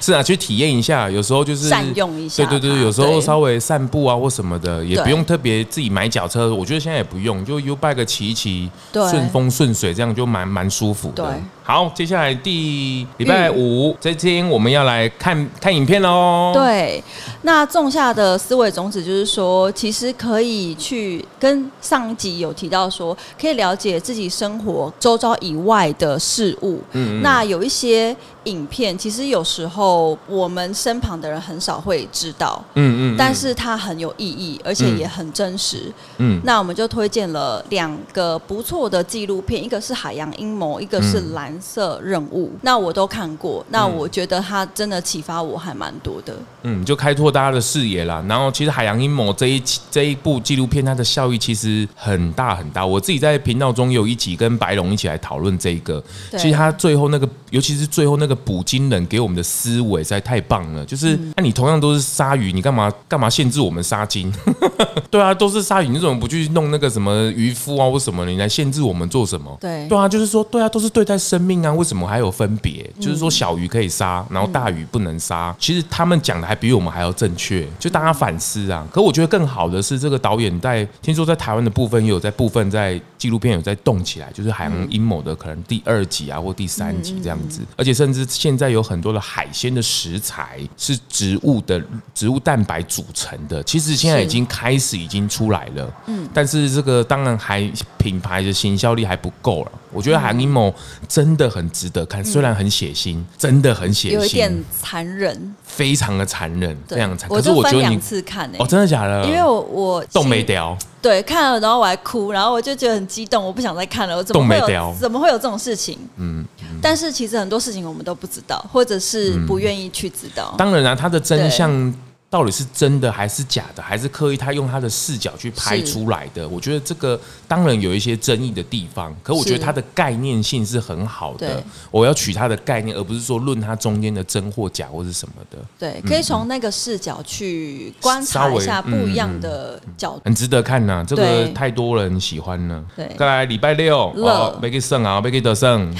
Speaker 1: 是啊，去体验一下，有时候就是
Speaker 2: 善用一下它。
Speaker 1: 对对对，有时候
Speaker 2: 对
Speaker 1: 稍微散步啊或什么的，也
Speaker 2: 对
Speaker 1: 不用特别自己买脚车。我觉得现在也不用，就 U bike 骑一骑，
Speaker 2: 对
Speaker 1: 顺风顺水，这样就蛮蛮舒服的
Speaker 2: 对。嗯
Speaker 1: 好，接下来第礼拜五这天我们要来看看影片喽。，
Speaker 2: 对，那种下的思维种子就是说，其实可以去跟上一集有提到说，可以了解自己生活周遭以外的事物。嗯那有一些影片，其实有时候我们身旁的人很少会知道，
Speaker 1: 嗯嗯
Speaker 2: 但是它很有意义，而且也很真实。
Speaker 1: 嗯，
Speaker 2: 那我们就推荐了两个不错的纪录片，一个是《海洋阴谋》，一个是《蓝色任务》。
Speaker 1: 嗯
Speaker 2: 那我都看过，那我觉得它真的启发我还蛮多的。
Speaker 1: 嗯，就开拓大家的视野啦。然后其实《海洋阴谋》这一期这一部纪录片，它的效益其实很大很大。我自己在频道中有一集跟白龙一起来讨论这一个，
Speaker 2: 对
Speaker 1: 其实他最后那个，尤其是最后那个捕鲸人给我们的思维实在太棒了。就是，那、你同样都是鲨鱼，你干嘛干嘛限制我们杀鲸？ 对啊，都是鲨鱼，你怎么不去弄那个什么渔夫啊或什么？你来限制我们做什么？
Speaker 2: 对
Speaker 1: 对啊，就是说，对啊，都是对待生命啊，为什么还有分别？就是说，小鱼可以杀，然后大鱼不能杀。其实他们讲的还比我们还要正确，就大家反思啊。可我觉得更好的是，这个导演在听说在台湾的部分也有在部分在纪录片有在动起来，就是《海洋阴谋》的可能第二集啊或第三集这样子，而且甚至现在有很多的海鲜的食材是植物的植物蛋白组成的，其实现在已
Speaker 2: 是
Speaker 1: 经。已经开始已经出来了，嗯，但是这个当然还品牌的行销力还不够了。我觉得韩阴谋真的很值得看，虽然很血腥，真的很血
Speaker 2: 嗯有一点
Speaker 1: 腥，
Speaker 2: 残忍。
Speaker 1: 非常的残忍，非
Speaker 2: 对
Speaker 1: 常残。，
Speaker 2: 我
Speaker 1: 可是
Speaker 2: 就
Speaker 1: 我觉
Speaker 2: 分
Speaker 1: 得你
Speaker 2: 两次看诶、
Speaker 1: 哦，真的假的？
Speaker 2: 因为我我
Speaker 1: 动
Speaker 2: 心
Speaker 1: 没掉，
Speaker 2: 对，看了然后我还哭，然后我就觉得很激动，我不想再看了，我怎么
Speaker 1: 动
Speaker 2: 会
Speaker 1: 没
Speaker 2: 有
Speaker 1: 掉
Speaker 2: 怎么会有这种事情？嗯，但是其实很多事情我们都不知道，或者是
Speaker 1: 嗯
Speaker 2: 不愿意去知道。
Speaker 1: 当然啦、它的真相到底是真的还是假的，还是刻意他用他的视角去拍出来的？我觉得这个当然有一些争议的地方，可我觉得
Speaker 2: 是
Speaker 1: 它的概念性是很好的
Speaker 2: 对。
Speaker 1: 我要取它的概念，而不是说论它中间的真或假或是什么的，
Speaker 2: 对，可以从那个视角去观
Speaker 1: 嗯稍
Speaker 2: 察
Speaker 1: 微
Speaker 2: 一下不
Speaker 1: 嗯嗯
Speaker 2: 一样的角度。
Speaker 1: 很值得看呐、这个
Speaker 2: 对
Speaker 1: 太多人喜欢了。
Speaker 2: 对
Speaker 1: 再来礼拜六
Speaker 2: 乐
Speaker 1: 哦，贝给胜啊，贝给得 胜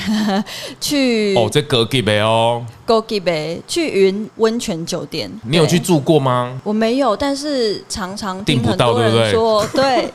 Speaker 2: 去
Speaker 1: 哦，这格给呗哦，
Speaker 2: Go g i b e 去云温泉酒店，
Speaker 1: 你有
Speaker 2: 对
Speaker 1: 去住过吗？
Speaker 2: 我没有，但是常常听
Speaker 1: 订不
Speaker 2: 很
Speaker 1: 到
Speaker 2: 多
Speaker 1: 对不
Speaker 2: 人
Speaker 1: 对
Speaker 2: 说， 对，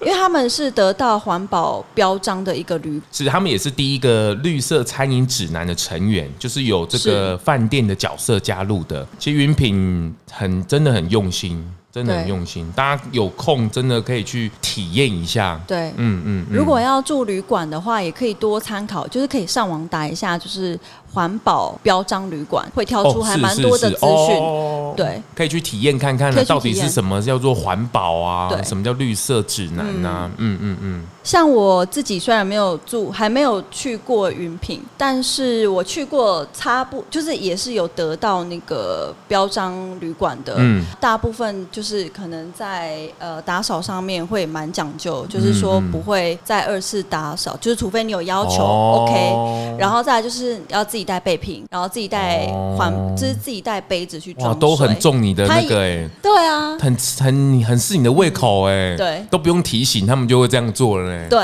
Speaker 2: 因为他们是得到环保标章的一个旅
Speaker 1: 是他们也是第一个绿色餐饮指南的成员，就是有这个饭店的角色加入的。其实云品很真的很用心，真的很
Speaker 2: 对
Speaker 1: 用心，大家有空真的可以去体验一下。
Speaker 2: 对，
Speaker 1: 嗯嗯，嗯
Speaker 2: 如果要住旅馆的话，也可以多参考，就是可以上网打一下，就是环保标章旅馆，会跳出
Speaker 1: 哦
Speaker 2: 还
Speaker 1: 是
Speaker 2: 蛮
Speaker 1: 是
Speaker 2: 多的
Speaker 1: 是
Speaker 2: 资讯。
Speaker 1: 哦
Speaker 2: 对
Speaker 1: 可以去体验看看
Speaker 2: 可
Speaker 1: 啊，
Speaker 2: 以去
Speaker 1: 到底
Speaker 2: 体验
Speaker 1: 是什么叫做环保啊，
Speaker 2: 对
Speaker 1: 什么叫绿色指南啊？嗯嗯嗯，
Speaker 2: 像我自己虽然没有住，还没有去过云品，但是我去过差不，就是也是有得到那个标章旅馆的。
Speaker 1: 嗯
Speaker 2: 大部分就是可能在呃打扫上面会蛮讲究，就是说
Speaker 1: 嗯嗯
Speaker 2: 不会再二次打扫，就是除非你有要求、
Speaker 1: 哦
Speaker 2: OK，然后再来就是要自己带备品，然后自己带环，
Speaker 1: 哦
Speaker 2: 就是自己带杯子去
Speaker 1: 哇，
Speaker 2: 装水，
Speaker 1: 都很。重你的那个哎、
Speaker 2: 对啊，
Speaker 1: 很很很是你的胃口哎、
Speaker 2: 对
Speaker 1: 都不用提醒，他们就会这样做了欸嘞、
Speaker 2: 对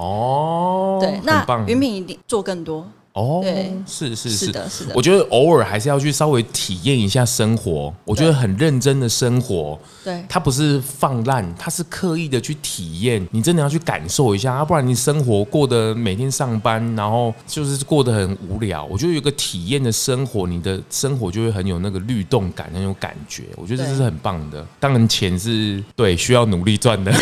Speaker 1: 哦，
Speaker 2: 对
Speaker 1: 很，
Speaker 2: 那
Speaker 1: 棒
Speaker 2: 云品一定做更多。
Speaker 1: 哦，
Speaker 2: 对
Speaker 1: 是是
Speaker 2: 是
Speaker 1: 是。
Speaker 2: 的，是的
Speaker 1: 我，觉得偶尔还是要去稍微体验一下生活。我觉得很认真的生活，
Speaker 2: 对
Speaker 1: 它不是放烂，它是刻意的去体验。你真的要去感受一下，啊要不然你生活过得每天上班，然后就是过得很无聊。我觉得有一个体验的生活，你的生活就会很有那个律动感，很有感觉。我觉得这
Speaker 2: 对
Speaker 1: 是很棒的。当然，钱是对需要努力赚的，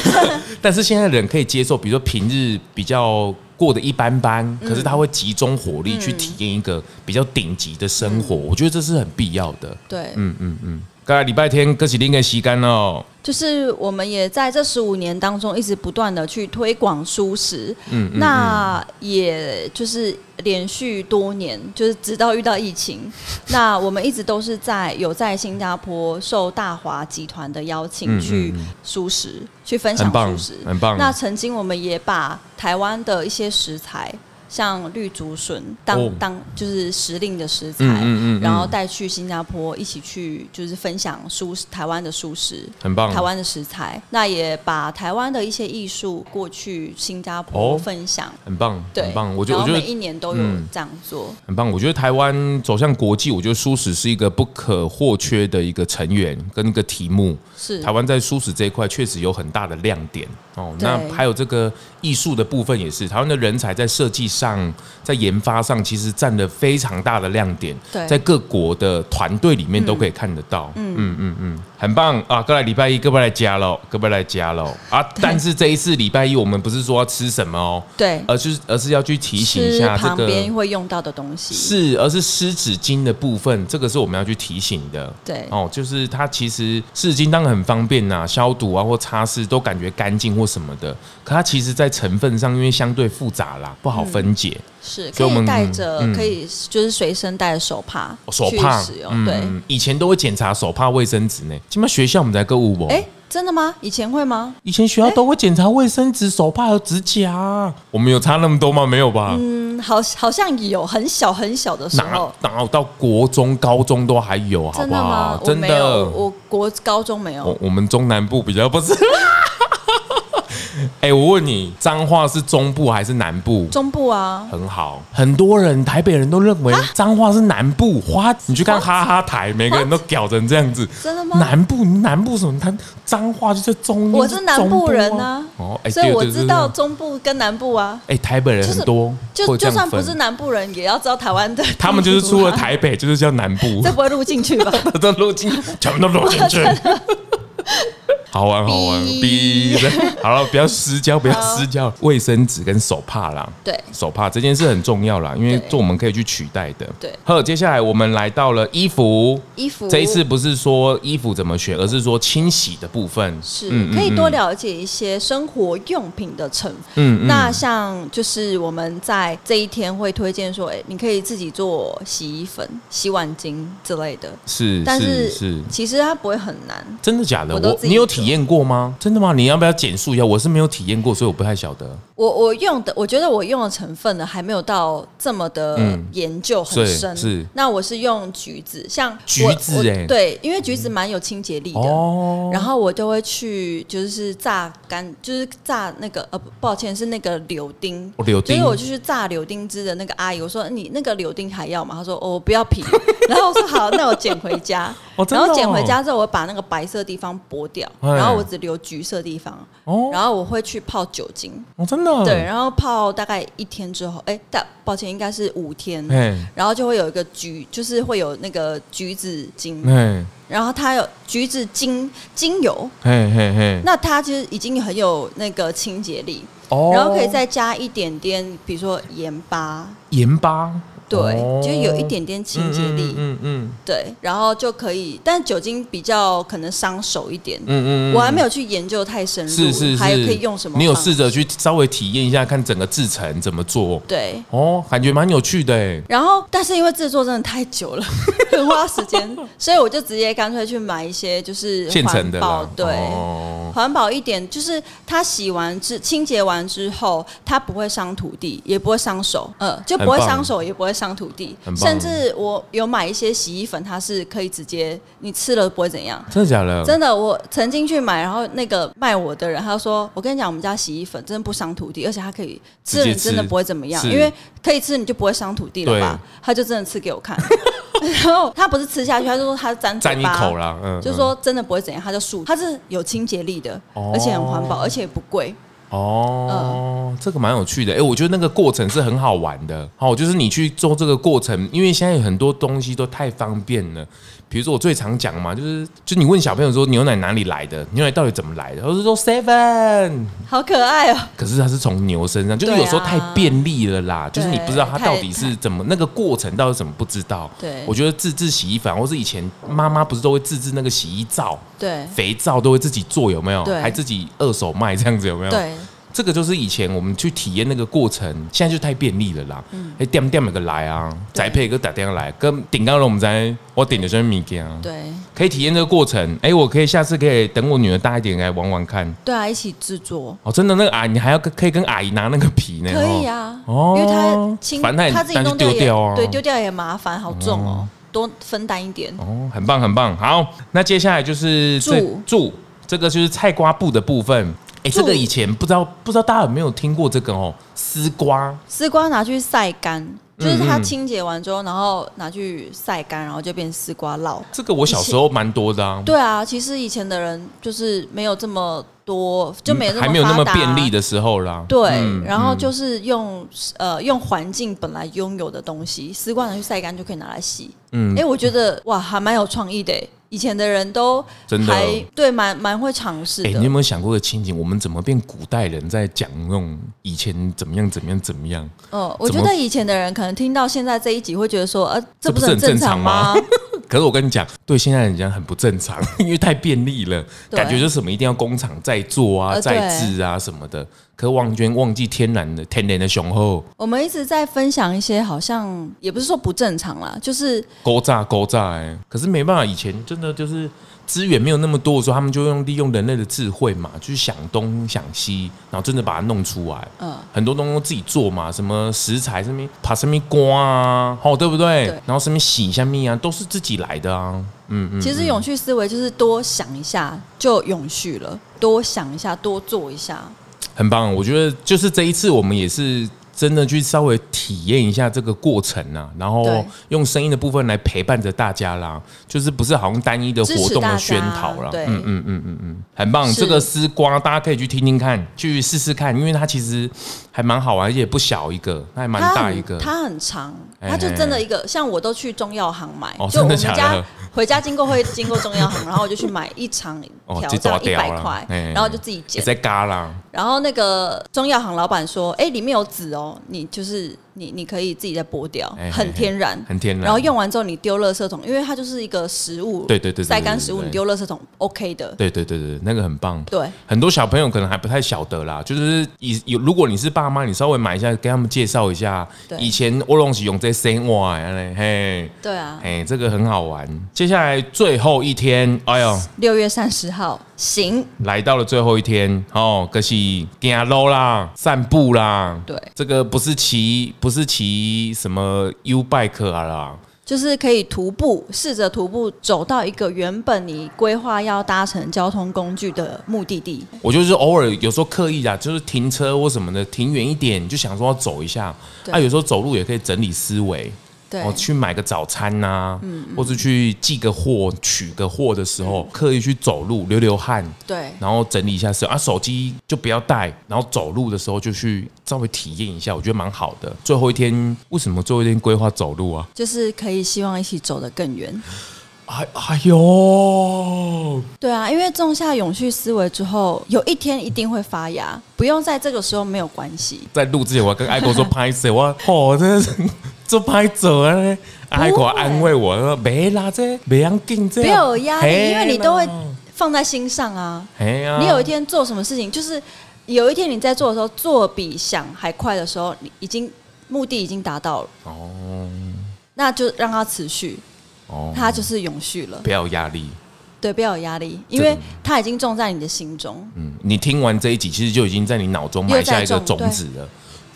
Speaker 1: 但是现在人可以接受，比如说平日比较。过得一般般，可是他会集中火力去体验一个比较顶级的生活，我觉得这是很必要的。
Speaker 2: 对，
Speaker 1: 嗯嗯嗯，刚才礼拜天哥起另一个吸干哦，
Speaker 2: 就是我们也在这十五年当中一直不断的去推广舒适，嗯，那也就是连续多年，就是直到遇到 疫情，那我们一直都是在有在新加坡受大华集团的邀请去舒适，去分享
Speaker 1: 嗯很棒
Speaker 2: 舒适，
Speaker 1: 很棒
Speaker 2: 那曾经我们也把台湾的一些食材。像绿竹笋
Speaker 1: 哦
Speaker 2: 当、当就是时令的食材，
Speaker 1: 嗯嗯嗯嗯
Speaker 2: 然后带去新加坡一起去就是分享舒台湾的舒适，
Speaker 1: 很棒
Speaker 2: 台。湾的食材，那也把台湾的一些艺术过去新加
Speaker 1: 哦
Speaker 2: 坡分享。
Speaker 1: 很棒，
Speaker 2: 对，
Speaker 1: 很棒。我觉得，
Speaker 2: 然
Speaker 1: 我
Speaker 2: 后
Speaker 1: 觉
Speaker 2: 每
Speaker 1: 得
Speaker 2: 一年都有
Speaker 1: 嗯
Speaker 2: 这样做。
Speaker 1: 很棒。我觉得台湾走向国际，我觉得舒适是一个不可或缺的一个成员跟一个题目。
Speaker 2: 是
Speaker 1: 台湾在舒适这一块确实有很大的亮点哦。
Speaker 2: 对
Speaker 1: 那还有这个艺术的部分也是，台湾的人才在设计上、在研发上，其实占了非常大的亮点，
Speaker 2: 对
Speaker 1: 在各国的团队里面都可以看得到。嗯嗯嗯嗯，很棒啊！各来礼拜一，各位来家喽，各位来家喽啊！但是这一次礼拜一，我们不是说要吃什么哦，
Speaker 2: 对，
Speaker 1: 而就是而是要去提醒一
Speaker 2: 吃
Speaker 1: 下这
Speaker 2: 旁
Speaker 1: 个
Speaker 2: 边会用到的东西。
Speaker 1: 是，而是湿纸巾的部分，这个是我们要去提醒的。
Speaker 2: 对
Speaker 1: 哦，就是它其实湿纸巾当然很方便呐、消毒啊或擦拭都感觉干净或什么的，可它其实在成分上因为相对复杂啦，不好分解。
Speaker 2: 是，
Speaker 1: 所以
Speaker 2: 可
Speaker 1: 我们
Speaker 2: 以带着
Speaker 1: 嗯，哦
Speaker 2: 可以就是随身带着手帕
Speaker 1: 手
Speaker 2: 去
Speaker 1: 帕嗯
Speaker 2: 使用。哦对，，
Speaker 1: 以前都会检查手帕、卫生纸呢。起码学校我们在购物不？
Speaker 2: 哎，真的吗？以前会吗？
Speaker 1: 以前学校都会检查卫生纸、手帕和指甲啊。我们有差那么多吗？没有吧？
Speaker 2: 嗯，好，好像有很小很小的时
Speaker 1: 哪
Speaker 2: 候。
Speaker 1: 哪有到国中、高中都还有，好
Speaker 2: 真
Speaker 1: 不
Speaker 2: 的吗
Speaker 1: 好？？
Speaker 2: 我没有，我国高中没有
Speaker 1: 哦我。我们中南部比较不是。 哎、我问你，彰化是中部还是南部？
Speaker 2: 中部啊，
Speaker 1: 很好，很多人台北人都认为彰化是南部。花，你去看哈哈台，每个人都屌成这样子。
Speaker 2: 啊真的吗
Speaker 1: 南部南部什么？他彰化就在中，
Speaker 2: 我是南部人
Speaker 1: 啊
Speaker 2: 啊。
Speaker 1: 哦，哎、
Speaker 2: 所以
Speaker 1: 对
Speaker 2: 我
Speaker 1: 对对
Speaker 2: 知道
Speaker 1: 对
Speaker 2: 中部跟南部啊。
Speaker 1: 哎、台北人很多，
Speaker 2: 就
Speaker 1: 会这
Speaker 2: 就
Speaker 1: 样
Speaker 2: 算不
Speaker 1: 分
Speaker 2: 是南部啊人，也要知道台湾的。
Speaker 1: 他们就是出了，台北，就是叫南部
Speaker 2: 这。不会录进去吧？
Speaker 1: 都录进，全部都录进去。好玩好玩，
Speaker 2: 哔
Speaker 1: 哔， 好了，不要私交，不要私交，卫生纸跟手帕啦，
Speaker 2: 对
Speaker 1: 手帕这件事很重要啦，因为
Speaker 2: 对
Speaker 1: 这我们可以去取代的。
Speaker 2: 对
Speaker 1: 好，接下来我们来到了衣服，
Speaker 2: 衣服
Speaker 1: 这一次不是说衣服怎么选，而是说清洗的部分。
Speaker 2: 是
Speaker 1: 嗯嗯
Speaker 2: 可以多了解一些生活用品的成分。
Speaker 1: 嗯嗯
Speaker 2: 那像就是我们在这一天会推荐说，哎、你可以自己做洗衣粉、洗碗巾之类的，
Speaker 1: 是
Speaker 2: 但
Speaker 1: 是
Speaker 2: 是
Speaker 1: 是，
Speaker 2: 其实它不会很难。
Speaker 1: 真的假的？
Speaker 2: 我都
Speaker 1: 我
Speaker 2: 自己
Speaker 1: 你有
Speaker 2: 做
Speaker 1: 体验过吗？真的吗？你要不要简述一下？我是没有体验过，所以我不太晓得。
Speaker 2: 我我用的，我觉得我用的成分呢，还没有到这么的
Speaker 1: 嗯
Speaker 2: 研究很
Speaker 1: 是
Speaker 2: 深。
Speaker 1: 是
Speaker 2: 那我是用橘子，像我
Speaker 1: 橘子
Speaker 2: 我
Speaker 1: 欸
Speaker 2: 对，因为橘子蛮有清洁力的。
Speaker 1: 哦，
Speaker 2: 然后我就会去，就是榨干，就是榨那个呃，不抱歉，是那个柳丁。
Speaker 1: 哦柳
Speaker 2: 所以
Speaker 1: 丁
Speaker 2: 我就去榨柳丁汁的那个阿姨，我说你那个柳丁还要吗？她说哦，我不要皮。然后我说好，那我捡回家。
Speaker 1: 哦真
Speaker 2: 然
Speaker 1: 的
Speaker 2: 后捡回
Speaker 1: 哦
Speaker 2: 家之后，我把那个白色地方剥掉，
Speaker 1: 哎
Speaker 2: 然后我只留橘色地方。
Speaker 1: 哦
Speaker 2: 然后我会去泡酒精，
Speaker 1: 哦，真的
Speaker 2: 对，，然后泡大概一天之后，哎，大抱歉，应该是五天。
Speaker 1: 哎
Speaker 2: 然后就会有一个橘，就是会有那个橘子精，
Speaker 1: 哎
Speaker 2: 然后它有橘子精精油，
Speaker 1: 嘿嘿嘿，
Speaker 2: 那它其实已经很有那个清洁力，
Speaker 1: 哦
Speaker 2: 然后可以再加一点点，比如说盐巴，
Speaker 1: 盐巴，
Speaker 2: 对，
Speaker 1: 哦
Speaker 2: 就有一点点清洁力，
Speaker 1: 嗯嗯嗯
Speaker 2: 对，然后就可以。但酒精比较可能伤手一点，
Speaker 1: 嗯嗯嗯，
Speaker 2: 我还没有去研究太深入，
Speaker 1: 是是是，
Speaker 2: 还可以用什么？
Speaker 1: 你有试？着去稍微体验一下，看整个制成怎么做？
Speaker 2: 对。
Speaker 1: 哦，感觉蛮有趣的哎。
Speaker 2: 然后，但是因为制作真的太久了， 很花时间，所以我就直接干脆去买一些就是
Speaker 1: 现成的
Speaker 2: 环保
Speaker 1: 啦，
Speaker 2: 对，
Speaker 1: 哦
Speaker 2: 环保一点，就是它洗完之清洁完之后，它不会伤土地，也不会伤手，呃，就不会
Speaker 1: 很棒
Speaker 2: 伤手，也不会伤土地
Speaker 1: 很。棒
Speaker 2: 甚至我有买一些洗衣粉，它是可以直接你吃了不会怎样。
Speaker 1: 真的假的？
Speaker 2: 真的，我曾经去买，然后那个卖我的人他说：“我跟你讲，我们家洗衣粉真的不伤土地，而且它可以吃
Speaker 1: 直
Speaker 2: 了
Speaker 1: 接
Speaker 2: 你
Speaker 1: 吃
Speaker 2: 真的不会怎么样，
Speaker 1: 是
Speaker 2: 因为可以吃你就不会伤土地了吧？”他就真的吃给我看，然后他不是吃下去，他就说他沾嘴
Speaker 1: 沾一
Speaker 2: 巴
Speaker 1: 口啦，嗯，
Speaker 2: 就说真的不会怎样，它就素，它是有清洁力的，
Speaker 1: 哦
Speaker 2: 而且很环保，而且也不贵。
Speaker 1: 嗯哦，这个蛮有趣的。哎，我觉得那个过程是很好玩的。哦，就是你去做这个过程，因为现在有很多东西都太方便了。比如说我最常讲嘛，就是就你问小朋友说牛奶哪里来的，牛奶到底怎么来的，他就说 Seven，
Speaker 2: 好可爱哦、
Speaker 1: 可是它是从牛身上，就是
Speaker 2: 对啊
Speaker 1: 有时候太便利了啦，就是你不知道它
Speaker 2: 太
Speaker 1: 到底是怎么那个过程到底怎么不知道。
Speaker 2: 对
Speaker 1: 我觉得自制洗衣粉，或是以前妈妈不是都会自制那个洗衣皂、
Speaker 2: 对
Speaker 1: 肥皂都会自己做，有没有？
Speaker 2: 对
Speaker 1: 还自己二手卖这样子，有没有？，
Speaker 2: 对
Speaker 1: 这个就是以前我们去体验那个过程，现在就太便利了啦。哎、点点每个来啊，
Speaker 2: 嗯对
Speaker 1: 宅配个打电话来，跟顶刚了我们在我点的就是米羹啊，
Speaker 2: 对
Speaker 1: 可以体验这个过程。哎、我可以下次可以等我女儿大一点来玩玩看。
Speaker 2: 对啊，一起制作
Speaker 1: 哦，真的那个阿姨，你还要跟可以跟阿姨拿那个皮呢？
Speaker 2: 可以
Speaker 1: 哦
Speaker 2: 啊，
Speaker 1: 哦
Speaker 2: 因为它清
Speaker 1: 反正它也
Speaker 2: 它自己弄
Speaker 1: 但
Speaker 2: 掉
Speaker 1: 是丢
Speaker 2: 也
Speaker 1: 掉啊
Speaker 2: 对，丢掉也麻烦，好重哦、多分担一点。
Speaker 1: 哦，很棒很棒。好，那接下来就是这
Speaker 2: 住
Speaker 1: 住，这个就是菜瓜布的部分。哎、这
Speaker 2: 住
Speaker 1: 个以前不知道不知道大家有没有听过这个哦，丝瓜。
Speaker 2: 丝瓜拿去晒干。
Speaker 1: 嗯
Speaker 2: 就是它清洁完之后，然后拿去晒干，然后就变丝瓜酪。
Speaker 1: 这个我小时候蛮多的啊，
Speaker 2: 对啊，其实以前的人就是没有这么多，就没有那么
Speaker 1: 嗯还没有那么
Speaker 2: 发达啊
Speaker 1: 便利的时候啦。
Speaker 2: 对，
Speaker 1: 嗯
Speaker 2: 然后就是用、呃用环境本来拥有的东西，丝瓜拿去晒干就可以拿来洗。
Speaker 1: 嗯
Speaker 2: 嗯，哎，我觉得哇，还蛮有创意的耶。以前的人都
Speaker 1: 真的
Speaker 2: 还对蛮蛮会尝试
Speaker 1: 哎、
Speaker 2: 的。
Speaker 1: 你有没有想过个情景？我们怎么变古代人在讲那种以前怎么样怎么样怎么样？
Speaker 2: 嗯，我
Speaker 1: 怎么
Speaker 2: 觉得以前的人可能听到现在这一集会觉得说，呃，
Speaker 1: 这
Speaker 2: 这
Speaker 1: 不
Speaker 2: 不
Speaker 1: 是
Speaker 2: 是
Speaker 1: 很
Speaker 2: 很
Speaker 1: 正
Speaker 2: 正
Speaker 1: 常
Speaker 2: 常
Speaker 1: 吗
Speaker 2: 吗？
Speaker 1: 可是我跟你讲，对现在人讲很不正常， 因为太便利了，
Speaker 2: 对
Speaker 1: 感觉就是什么一定要工厂在做啊、
Speaker 2: 呃
Speaker 1: 在
Speaker 2: 对
Speaker 1: 制啊什么的。可忘娟忘记天然的天然的雄厚，
Speaker 2: 我们一直在分享一些好像也不是说不正常啦，就是
Speaker 1: 勾炸勾炸哎、可是没办法，以前真的就是资源没有那么多的时候，他们就用利用人类的智慧嘛，去想东想西，然后真的把它弄出来。
Speaker 2: 嗯
Speaker 1: 很多东西都自己做嘛，什么食材什么把什么瓜啊，哦对不对？
Speaker 2: 对
Speaker 1: 然后什么洗下面啊，都是自己来的啊。嗯嗯，
Speaker 2: 其实永续思维就是多想一下就永续了，多想一下，多做一下。
Speaker 1: 很棒，我觉得就是这一次我们也是真的去稍微体验一下这个过程啊，然后
Speaker 2: 对
Speaker 1: 用声音的部分来陪伴着大家啦，就是不是好像单一的
Speaker 2: 支持
Speaker 1: 活动
Speaker 2: 大
Speaker 1: 的
Speaker 2: 家
Speaker 1: 宣讨啦，
Speaker 2: 对
Speaker 1: 嗯嗯嗯嗯嗯，很棒，
Speaker 2: 是
Speaker 1: 这个丝瓜大家可以去听听看，去试试看，因为它其实还蛮好玩，而且不小一个，它还蛮
Speaker 2: 它
Speaker 1: 大
Speaker 2: 很
Speaker 1: 一个，
Speaker 2: 它很长，
Speaker 1: 哎
Speaker 2: 它就真的一个，像我都去中药行买
Speaker 1: 哦，
Speaker 2: 就我
Speaker 1: 真的
Speaker 2: 们
Speaker 1: 假的
Speaker 2: 家回家经过会经过中药行，然后我就去买一长
Speaker 1: 哦
Speaker 2: 条，
Speaker 1: 这
Speaker 2: 这样
Speaker 1: 大
Speaker 2: 一
Speaker 1: 条
Speaker 2: 百
Speaker 1: 啦
Speaker 2: 块
Speaker 1: 哎，
Speaker 2: 然后就自己
Speaker 1: 也
Speaker 2: 剪。
Speaker 1: 在嘎啦，
Speaker 2: 然后那个中药行老板说：“哎，里面有籽哦，你就是你你可以自己再剥掉
Speaker 1: 哎，
Speaker 2: 很天然。”
Speaker 1: 很天然，
Speaker 2: 然后用完之后你丢垃圾桶，因为它就是一个食物，
Speaker 1: 对对对对对
Speaker 2: 晒干食物
Speaker 1: 对
Speaker 2: 你丢垃圾桶 OK 的，
Speaker 1: 对对对对，那个很棒。
Speaker 2: 对，
Speaker 1: 很多小朋友可能还不太晓得啦，就是以有如果你是爸妈，你稍微买一下，给他们介绍一下，
Speaker 2: 对
Speaker 1: 以前我拢是用这生活的安尼，嘿，
Speaker 2: 对啊，
Speaker 1: 嘿，这个很好玩。接下来最后一天，哎呦，
Speaker 2: 六月三十号行，
Speaker 1: 来到了最后一天，哦，可、是行路啦，散步啦，
Speaker 2: 对
Speaker 1: 这个不是骑，不是骑什么 U bike 啊啦，
Speaker 2: 就是可以徒步，试着徒步走到一个原本你规划要搭乘交通工具的目的地。
Speaker 1: 我就是偶尔有时候刻意啊，就是停车或什么的，停远一点，就想说要走一下。
Speaker 2: 对
Speaker 1: 啊，有时候走路也可以整理思维，
Speaker 2: 对，嗯
Speaker 1: 哦，去买个早餐呐、或是去寄个货、取个货的时候，刻意去走路流流汗，
Speaker 2: 对，
Speaker 1: 然后整理一下思维啊，手机就不要带，然后走路的时候就去稍微体验一下，我觉得蛮好的。最后一天为什么最后一天规划走路啊？
Speaker 2: 就是可以希望一起走得更远。
Speaker 1: 哎哎呦，
Speaker 2: 对啊，因为种下永续思维之后，有一天一定会发芽，不用在这个时候没有关系。
Speaker 1: 在录之前，我还跟艾国说拍谁，我哦，真的是做拍者啊！艾国安慰我说：“没啦，这没要紧，这
Speaker 2: 不要有压力，
Speaker 1: 啊嘿
Speaker 2: 因为你都会
Speaker 1: 啦
Speaker 2: 放在心上啊。
Speaker 1: 哎呀、
Speaker 2: 你有一天做什么事情，就是有一天你在做的时候，做比想还快的时候，你已经目的已经达到了，
Speaker 1: 哦
Speaker 2: 那就让它持续，
Speaker 1: 哦，
Speaker 2: 它就是永续了。
Speaker 1: 不要有压力。
Speaker 2: 对，不要有压力，因
Speaker 1: 这个
Speaker 2: 为它已经种在你的心中。
Speaker 1: 嗯，你听完这一集，其实就已经在你脑中埋下一个种子了。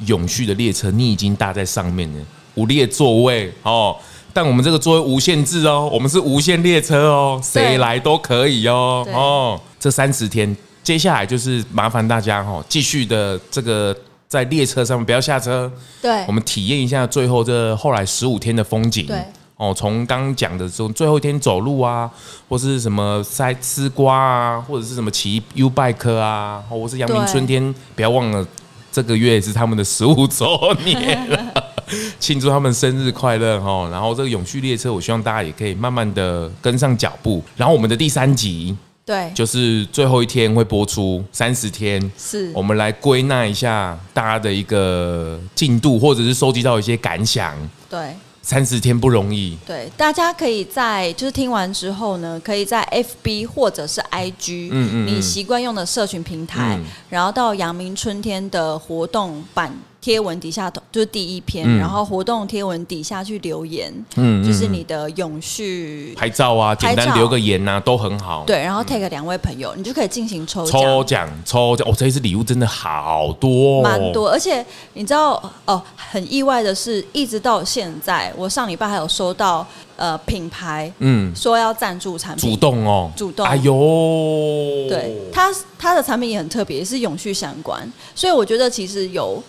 Speaker 1: 永续的列车，你已经搭在上面了，无列座位哦。但我们这个座位无限制哦，我们是无限列车哦，谁来都可以哦。
Speaker 2: 对
Speaker 1: 哦，这三十天，接下来就是麻烦大家哦，继续的这个在列车上面不要下车，
Speaker 2: 对
Speaker 1: 我，们体验一下最后这后来十五天的风景。
Speaker 2: 对。
Speaker 1: 哦，从刚刚讲的从最后一天走路啊，或是什么塞吃瓜啊，或者是什么骑 U bike 啊，或是阳明
Speaker 2: 对
Speaker 1: 春天，不要忘了这个月也是他们的十五周年了，庆祝他们生日快乐哦。然后这个永续列车，我希望大家也可以慢慢的跟上脚步。然后我们的第三集
Speaker 2: 对，
Speaker 1: 就是最后一天会播出三十天，
Speaker 2: 是
Speaker 1: 我们来归纳一下大家的一个进度，或者是收集到一些感想。
Speaker 2: 对。
Speaker 1: 三十天不容易，
Speaker 2: 对，大家可以在就是听完之后呢，可以在 FB 或者是 IG，
Speaker 1: 嗯嗯嗯嗯
Speaker 2: 你习惯用的社群平台，然后到阳明春天的活动版贴文底下，就是第一篇，然后活动贴文底下去留言，
Speaker 1: 嗯嗯嗯
Speaker 2: 就是你的永续。
Speaker 1: 拍照啊，简
Speaker 2: 拍照
Speaker 1: 单留个言呐、啊，都很好。，
Speaker 2: 对，然后 take 两位朋友，你就可以进行抽奖，
Speaker 1: 抽奖抽奖，哦，这一次礼物真的好多、哦，
Speaker 2: 蛮多。而且你知道哦，很意外的是，一直到现在，我上礼拜还有收到呃品牌
Speaker 1: 嗯，
Speaker 2: 说要赞助产品
Speaker 1: 主，动哦，
Speaker 2: 主动
Speaker 1: 哎呦，
Speaker 2: 对，
Speaker 1: 嗯
Speaker 2: 它它的产品也很特别，也是永续相关，所以我觉得其实有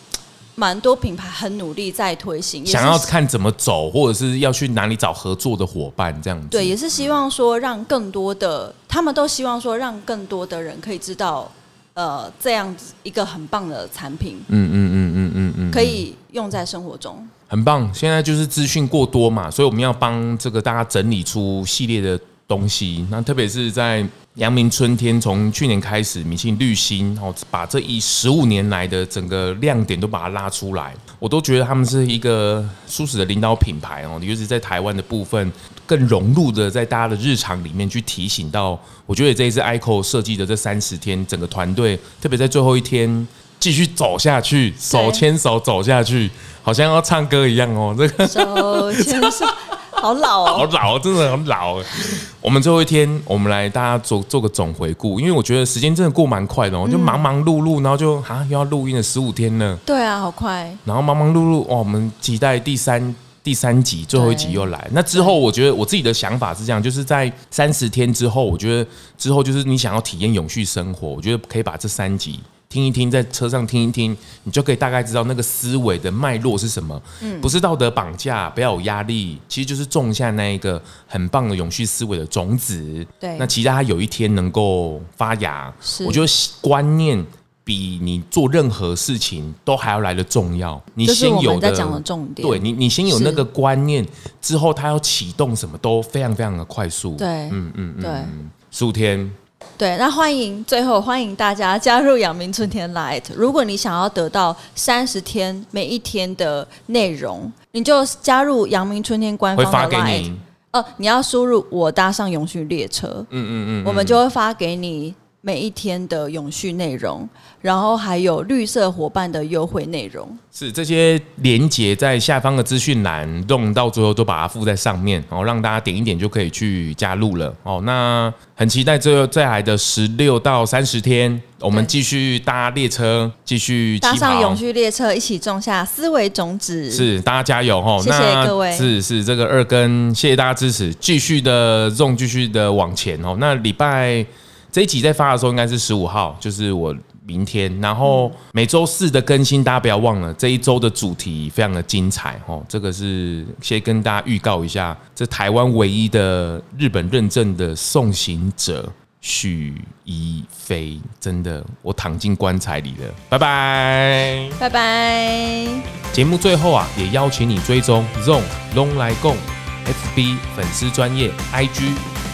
Speaker 2: 蛮多品牌很努力在推行，也是
Speaker 1: 想要看怎么走，或者是要去哪里找合作的伙伴这样子。
Speaker 2: 对，也是希望说让更多的他们都希望说让更多的人可以知道，呃，这样子一个很棒的产品
Speaker 1: 嗯，嗯嗯嗯嗯嗯，
Speaker 2: 可以用在生活中。
Speaker 1: 很棒。现在就是资讯过多嘛，所以我们要帮这个大家整理出系列的东西。那特别是在阳明春天，从去年开始，米其林绿星哦，把这一十五年来的整个亮点都把它拉出来，我都觉得他们是一个舒适的领导品牌哦，尤其在台湾的部分。更融入的在大家的日常里面去提醒到，我觉得这一次 ICO 设计的这三十天，整个团队，特别在最后一天继续走下去，手牵手走下去，好像要唱歌一样哦。 这个
Speaker 2: 手牵手，好老
Speaker 1: 好
Speaker 2: 哦，
Speaker 1: 老，真的很老。哦我们最后一天，我们来大家做做个总回顾，因为我觉得时间真的过蛮快的、哦，就忙忙碌碌，然后就啊又要录音了十五天了，
Speaker 2: 对啊，好快，
Speaker 1: 然后忙忙碌碌哦哇，我们期待第三。第三集最后一集
Speaker 2: 对
Speaker 1: 又来，那之后我觉得我自己的想法是这样，就是在三十天之后，我觉得之后就是你想要体验永续生活，我觉得可以把这三集听一听，在车上听一听，你就可以大概知道那个思维的脉络是什么。
Speaker 2: 嗯
Speaker 1: 不是道德绑架，不要有压力，其实就是种下那一个很棒的永续思维的种子。
Speaker 2: 对
Speaker 1: 那期待它有一天能够发芽。
Speaker 2: 是
Speaker 1: 我觉得观念比你做任何事情都还要来的重要。你
Speaker 2: 这是
Speaker 1: 先
Speaker 2: 我
Speaker 1: 有
Speaker 2: 们在
Speaker 1: 的，
Speaker 2: 讲的重点。
Speaker 1: 对你，你先有那
Speaker 2: 是
Speaker 1: 个观念，之后它要启动什么都非常非常的快速。
Speaker 2: 对
Speaker 1: 嗯嗯
Speaker 2: 对
Speaker 1: 嗯，苏天，
Speaker 2: 对，那欢迎最后欢迎大家加入阳明春天 Light。如果你想要得到三十天每一天的内容，你就加入阳明春天官
Speaker 1: 会
Speaker 2: 方
Speaker 1: 发
Speaker 2: 的
Speaker 1: 给
Speaker 2: Light。
Speaker 1: 你。
Speaker 2: 呃，你要输入“我搭上永续列车”，
Speaker 1: 嗯嗯嗯，
Speaker 2: 我们就会发给你每一天的永续内容，然后还有绿色伙伴的优惠内容。
Speaker 1: 是这些连接在下方的资讯栏，用到最后都把它附在上面，然后让大家点一点就可以去加入了。哦，那很期待最后再来的十六到三十天，我们
Speaker 2: 对
Speaker 1: 继续搭列车，继续哦
Speaker 2: 搭
Speaker 1: 起
Speaker 2: 上
Speaker 1: 跑
Speaker 2: 永续列车，一起种下思维种子。
Speaker 1: 是，大家加油哈！
Speaker 2: 谢谢
Speaker 1: 那
Speaker 2: 各位
Speaker 1: 是是这个二更，谢谢大家支持，继续的 zone 继续的往前哦。那礼拜这一集在发的时候应该是十五号，就是我明天。然
Speaker 2: 嗯
Speaker 1: 后每周四的更新，大家不要忘了，这一周的主题非常的精彩哦。这个是先跟大家预告一下，这台湾唯一的日本认证的送行者。许一飞，真的，我躺进棺材里了，拜拜。
Speaker 2: 拜拜。
Speaker 1: 节目最后啊，也邀请你追踪 Zone Long 来共 FB 粉丝专业 IG，